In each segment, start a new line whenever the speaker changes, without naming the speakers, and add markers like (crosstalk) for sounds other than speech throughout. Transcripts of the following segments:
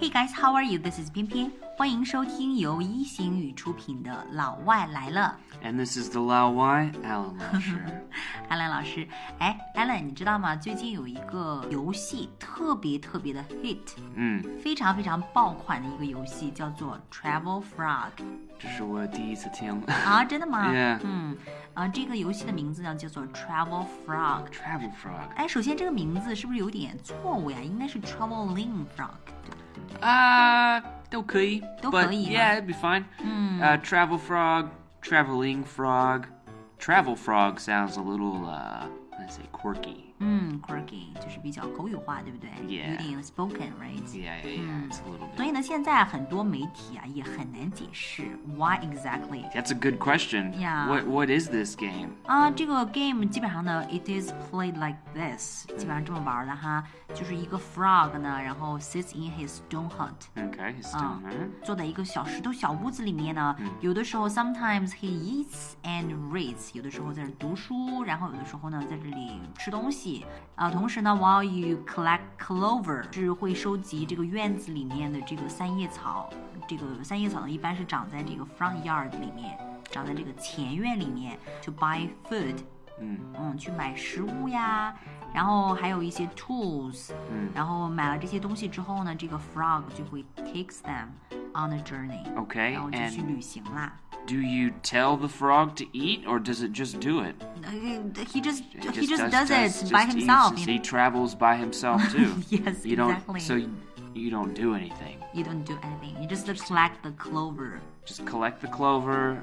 Hey guys, how are you? This is 偏偏，欢迎收听由一星语出品的《老外来了
And this is the Lao Y Alan Lasher.》。 (laughs)
艾兰老师，哎，艾兰，你知道吗？最近有一个游戏特别特别的 hit，
嗯，
非常非常爆款的一个游戏，叫做 Travel Frog
这是我第一次听。 (laughs)
啊，真的吗
Yeah
嗯，啊，这个游戏的名字呢叫做 Travel Frog。
Travel Frog
哎，首先这个名字是不是有点错误呀？应该是 Traveling Frog。
啊、都可以，
都
Uh, but
可以吗 Hmm.
Yeah, it'd be fine.
嗯
Uh, travel Frog, Traveling Frog, Travel Frog sounds a little, uh, let's say quirky.
嗯，quirky 就是比较口语化，对不对
Yeah
有点 spoken right？
Yeah, yeah, yeah. It's a little
所
bit.
以呢，现在很多媒体啊也很难解释 why exactly
That's a good question.
Yeah.
What What is this game?
啊。这个 game 基本上呢，it is played like this，基本上这么玩的哈，就是一个 frog 呢，然后 sits in his stone hut。
Okay, it's
啊
done, huh?，
坐在一个小石头小屋子里面呢，有的时候 sometimes he eats and reads，有的时候在这读书，然后有的时候呢在这里吃东西啊。同时呢，while you collect clover，是会收集这个院子里面的这个三叶草。这个三叶草呢，一般是长在这个 front yard 里面，长在这个前院里面，to buy food。
嗯
嗯，去买食物呀，然后还有一些 tools，
嗯
然后买了这些东西之后呢，这个 frog 就会 takes them on a journey，、
Okay,
然后就去
and
旅行啦。
do you tell the frog to eat, or does it just do it?
Uh, He just
It
he just does
does-
it
does-
by
just eats
himself.
and He travels
(laughs)
by himself too.
Yes,
you don't,
exactly.
So you, you don't do anything.
You don't do anything. You just collect the clover.
Just collect the clover,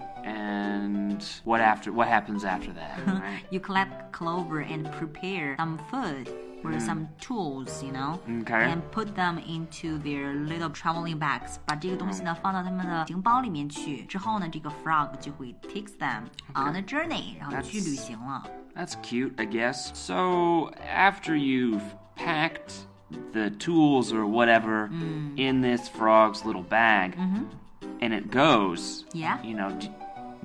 and what after? What happens after that?
(laughs)
right?
You collect clover and prepare some food or some tools, you know,
Okay.
and put them into their little traveling bags. 把这个东西呢、放到他们的行包里面去，之后呢，这个 frog 就会 takes them on a journey，、然后去
That's-
旅行了。
That's cute, I guess. So after you've packed the tools or whatever
Mm.
in this frog's little bag, and it goes,
Mm-hmm. Yeah.
you know, do,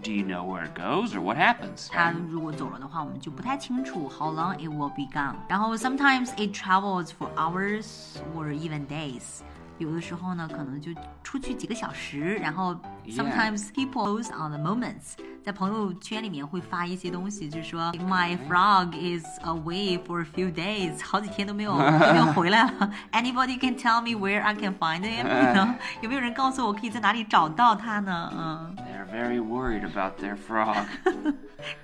do you know where it goes or what happens?
它如果走了的话，我们就不太清楚 how long it will be gone。然后 sometimes it travels for hours or even days。有的时候呢，可能就出去几个小时，然后
Yeah.
sometimes people post on the moments，在朋友圈里面会发一些东西，就说 my frog is away for a few days，好几天都没有都没有回来了。Anybody can tell me where I can find him？You know？有没有人告诉我可以在哪里找到他呢？嗯。
They're very worried about their frog. (laughs)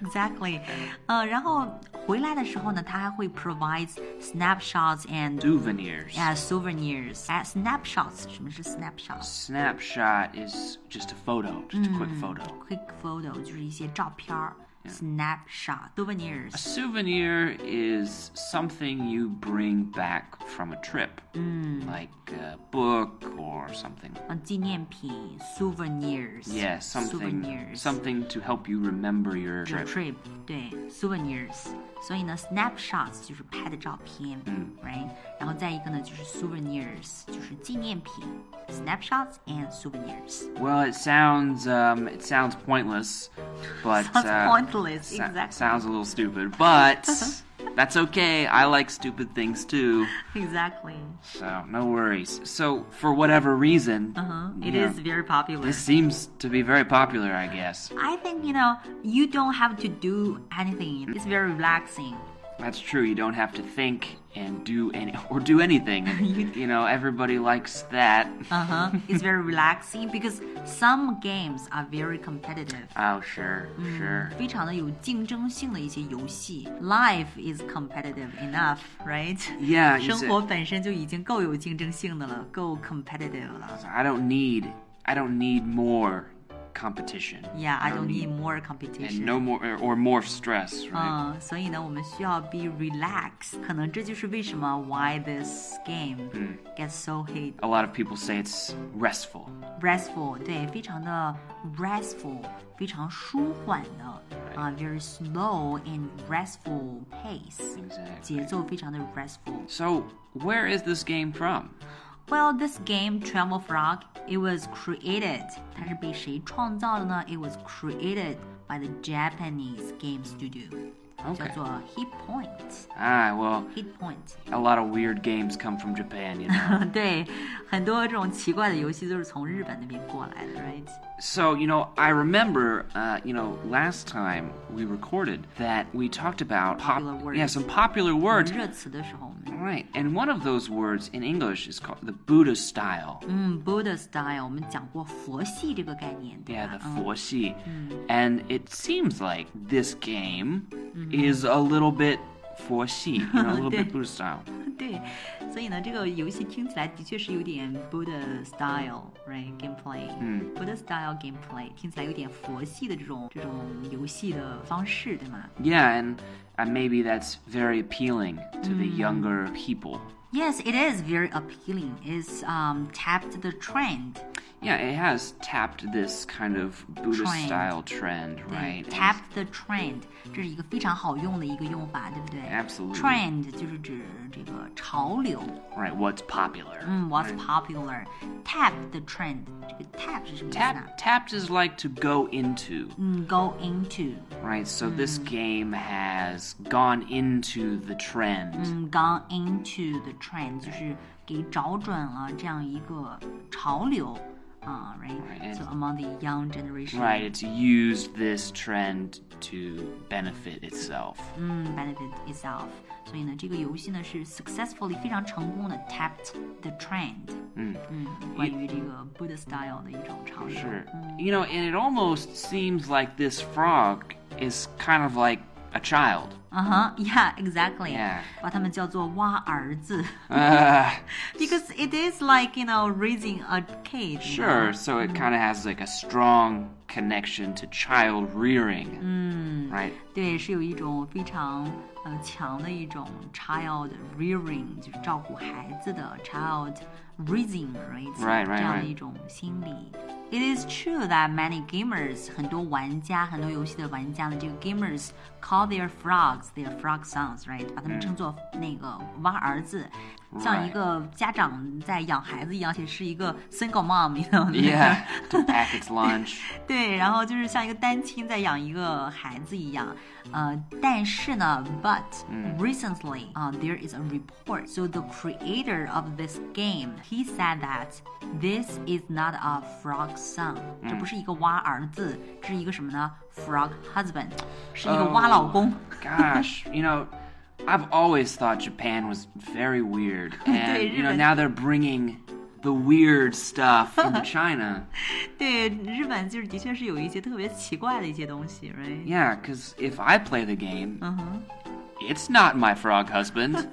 Exactly，呃，然后回来的时候呢，他还会 provides snapshots and
Souvenirs.
yeah souvenirs。哎，snapshots 什么是 snapshots？quick
Snapshot is just a photo, just a quick
Hmm.
photo.
photo 就是一些照片儿。snapshot souvenirs
A souvenir is something you bring back from a trip,
Hmm.
like a book or something.
啊，纪念品 souvenirs。
Yeah, something
souvenirs
something to help you remember your
Your
trip.
trip 对 souvenirs，所以呢 snapshots 就是拍的照片，嗯，right，然后再一个呢就是 souvenirs 就是纪念品 snapshots and souvenirs。
Well, it sounds um, it sounds pointless, but
(laughs) Sounds
uh,
pointless,
so-
exactly.
sounds a little stupid, but
(laughs)
that's okay. I like stupid things too,
Exactly.
so no worries. So for whatever reason,
Uh-huh. It is
Yeah.
very popular.
this seems to be very popular, I guess.
I think, you know, you don't have to do anything. It's very relaxing.
That's true. You don't have to think and do any (laughs) or do anything. And, you know, everybody likes that.
Uh-huh. (laughs) it's very relaxing because some games are very competitive.
Oh, sure, sure.
非常的有竞争性的一些游戏，life is competitive enough, right?
Yeah,
生
you said-
活本身就已经够有竞争性的了，够 competitive 了。
I don't need I don't need more competition.
Yeah, I don't need more competition.
and no more or, or more stress, right?
嗯，所以呢，我们需要 be relaxed。可能这就是为什么 why this game gets so hit
A lot of people say it's restful.
restful，对，非常的 restful，非常舒缓的啊，very slow and restful pace，节
Exactly.
奏非常的 restful。
So, where is this game from?
Well, this game Travel Frog, it was created，它是被谁创造的呢？It was created by the Japanese game studio。叫
Okay.
做 hit point。
Ah, well,
hit point。
a lot of weird games come from Japan, you know.
(laughs) 对，很多这种奇怪的游戏都是从日本那边过来的，right？
so, you know, I remember, uh, you know, last time we recorded that we talked about pop-
Popular words. Mm-hmm.
Yeah, some popular words.
热词的时候，我们
Right, and one of those words in English is called the Buddha style.
嗯，Buddha style，我们讲过佛系这个概念，对
Yeah,
吧嗯
the Forshi.
Mm.
And it seems like this game
Mm-hmm.
is a little bit Forshi, you know, a
(laughs)
little bit Buddha style.
对，所以呢，这个游戏听起来的确是有点 Buddha style，right gameplay，嗯，Buddha style gameplay 听起来有点佛系的这种这种游戏的方式，对吗
Yeah, and uh, maybe that's very appealing to the
Mm.
younger people.
？Yes, it is very appealing. It's um tapped the trend.
Yeah, it has tapped this kind of Buddha
Trend. Mm.
style trend,
对
right? And-
Tap the trend，这是一个非常好用的一个用法，对不对
Absolutely
Trend 就是指这个潮流，
Right, what's popular?
嗯，what's popular。Tap the trend，这个 tap 是什么意思呢
Tap, tapped is like to go into,
嗯，go into，
right? So this game has gone into the trend.
嗯，gone into the trend 就是给找准了这样一个潮流啊，right？
Right,
So among the young generation，
Right, it's used this trend to benefit itself.
嗯，benefit itself。所以呢，这个游戏呢是 successfully 非常成功的 tapped the trend。嗯关于这个 Buddha style 的一种潮流。
Sure. You know, and it almost seems like this frog is kind of like a child.
嗯哼、y e a h exactly.
Yeah.
把他们叫做挖儿子
Uh,
(laughs) ，because it is like you know raising a kid. you know?
sure, so it kind of has like a strong connection to child rearing. Right?
对，是有一种非常呃强的一种 child rearing，就是照顾孩子的 child raising，right？
Right, right,
这样的
right.
一种心理。It is true that many gamers，很多玩家，很多游戏的玩家呢，这个 gamers call their frogs their frog sons，right？把他们称作那个蛙儿子，像一
嗯 Right.
个家长在养孩子一样，而且是一个 single mom，you know？ (laughs)
Yeah, to pack its lunch.
对，然后就是像一个单亲在养一个孩子一样，呃，但是呢，but recently 啊、t h e r e is a report. So the creator of this game, he said that this is not a frog son，、这不是一个蛙儿子，这是一个什么呢？Frog husband，是一个蛙老公。
Oh, Gosh, you know, I've always thought Japan was very weird. And, you know, now they're bringing the weird stuff into China.
(laughs) 对，日本就是的确是有一些特别奇怪的一些东西，right？
Yeah, because if I play the game, it's not my frog husband.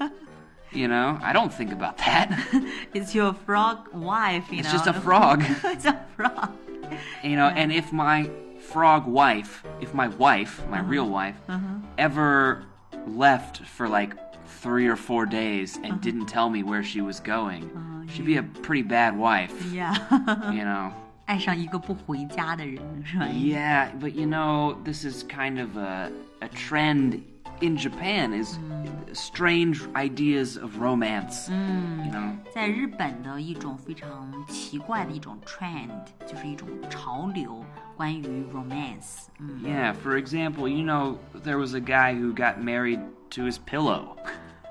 you know, I don't think about that.
It's your frog wife, you know.
It's just a frog.
(laughs) It's a frog.
You know, and if my frog wife, if my wife, my real wife, ever left for like three or four days and didn't tell me where she was going, she'd be a pretty bad wife,
Yeah.
you know.
爱上一个不回家的人，是吧
Yeah, but you know, this is kind of a, a trend in Japan is strange ideas of romance. You know.
在日本的一种非常奇怪的一种 trend，就是一种潮流，关于 romance。嗯
Yeah, for example, you know, there was a guy who got married to his pillow. (laughs)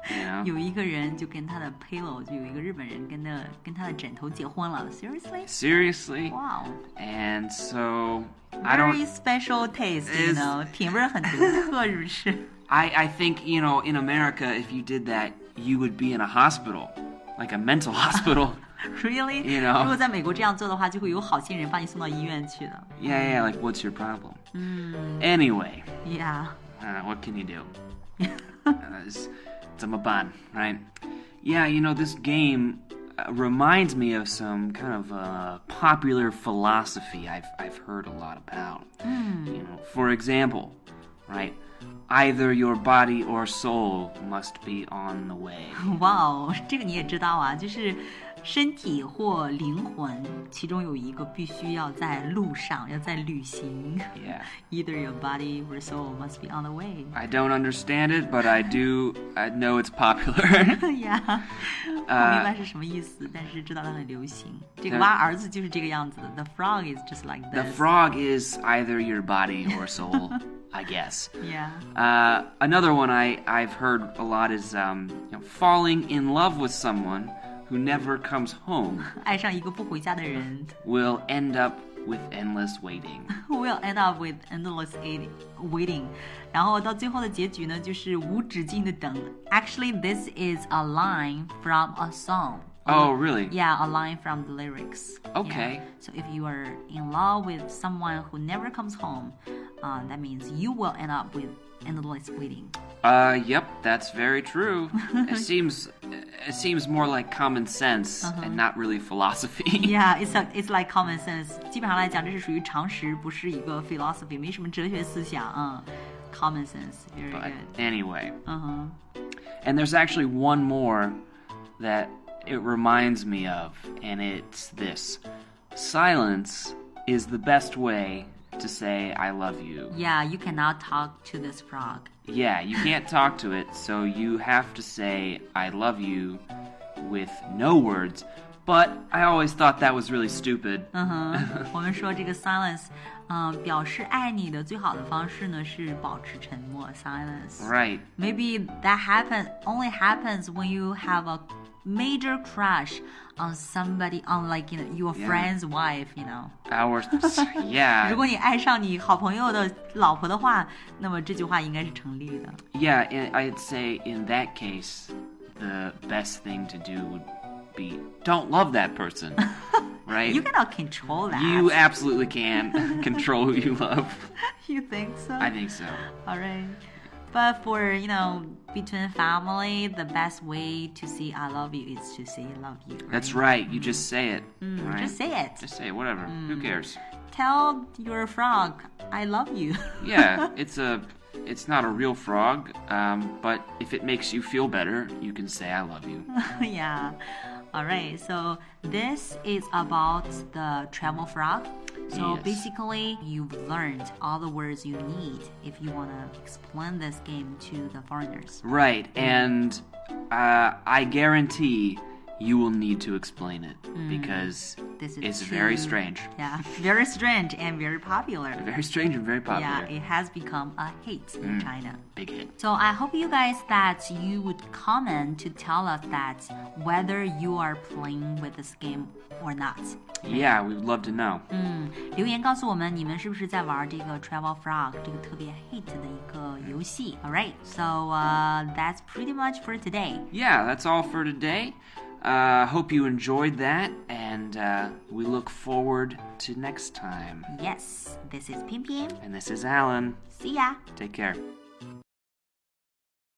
You know?
有一个人就跟他的 pillow，就有一个日本人跟他跟他的枕头结婚了。Seriously?
Seriously?
Wow,
And so I
very
don't
special taste, you
Is-
know，品味很独特，是不是？
I, I think, you know, in America if you did that, you would be in a hospital. Like a mental (laughs) hospital.
Really？
You know
如果在美国这样做的话，就会有好心人把你送到医院去的。
yeah, yeah, like what's your problem? Anyway,
Yeah.
uh, what can you do? uh, it's, it's a Maban, right? Yeah, you know, this game uh, reminds me of some kind of uh, popular philosophy I've, I've heard a lot about. You know, for example, right? Either your
(laughs)
body or soul must be on the way.
哦 Wow，这个你也知道啊，就是身体或灵魂，其中有一个必须要在路上，要在旅行。 (laughs)
Yeah.
Either your body or soul must be on the way. (laughs)
I don't understand it, but I do. I know it's popular.
对 (laughs) 呀，我明
呃
白是什么意思，但是知道它很流行。这个蛙儿子就是这个样子的。The frog is just like
the
this.
frog is either your body or soul, I guess.
(laughs) Yeah.
Uh, another one I, I've heard a lot is um, you know, falling in love with someone who never comes home
爱上一个不回家的人
will end up with endless waiting.
，will end up with endless aid- waiting。然后到最后的结局呢，就是无止境的等。Actually, this is a line from a song.
Oh, really?
Yeah, a line from the lyrics.
Okay.
Yeah. So if you are in love with someone who never comes home, uh, that means you will end up with endless waiting.
Uh, yep, that's very true. it seems it seems more like common sense and not really philosophy. (laughs)
Yeah, it's a, it's like common sense. 基本上来讲，这是属于常识，不是一个 philosophy，没什么哲学思想啊。Common sense, very
But
good.
anyway,
嗯哼。
and there's actually one more that it reminds me of, and it's this: silence is the best way to say I love you.
Yeah, you cannot talk to this frog.
Yeah, you can't talk to it, so you have to say I love you with no words. But I always thought that was really stupid.
嗯哼，我们说这个 silence，嗯、表示爱你的最好的方式呢是保持沉默 silence。
Right.
Maybe that happen only happens when you have a major crush on somebody, on like you know, your friend's wife, you know.
Our yeah.
如果你爱上你好朋友的老婆的话，那么这句话应该是成立的。
Yeah, and I'd say in that case, the best thing to do would be don't love
(laughs)
that person, right?
You cannot control that.
You absolutely can control who you love.
(laughs) You think so?
I think so.
All right. But for, you know, between family, the best way to say I love you is to say I love you. Right?
That's right. You just say it. right?
Mm, Just say it. Mm.
Just say it, whatever. Who
(laughs)
cares?
Tell your frog I love you. (laughs)
Yeah, it's a. It's not a real frog, um, but if it makes you feel better, you can say I
(laughs)
love you.
yeah. All right. So this is about the travel frog. So
Yes.
basically, you've learned all the words you need if you want to explain this game to the foreigners.
Right,
Mm.
and uh, I guarantee you will need to explain it because
Mm. This is
it's very
too-
strange.
Yeah, very strange and very popular.
Very strange and very
Yeah,
popular. Mm.
it has become a hit in China.
Big hit.
So I hope you guys that you would comment to tell us that whether you are playing with this game or not。
Yeah, we'd love to know.
Mm. 留言告诉我们你们是不是在玩这个 Travel Frog 这个特别 hit 的一个游戏。All right, so、uh, that's pretty much for today.
Yeah, that's all for today. Uh, hope you enjoyed that, and uh, we look forward to next time.
Yes, this is Pian Pian.
And this is Alan.
See ya.
Take care.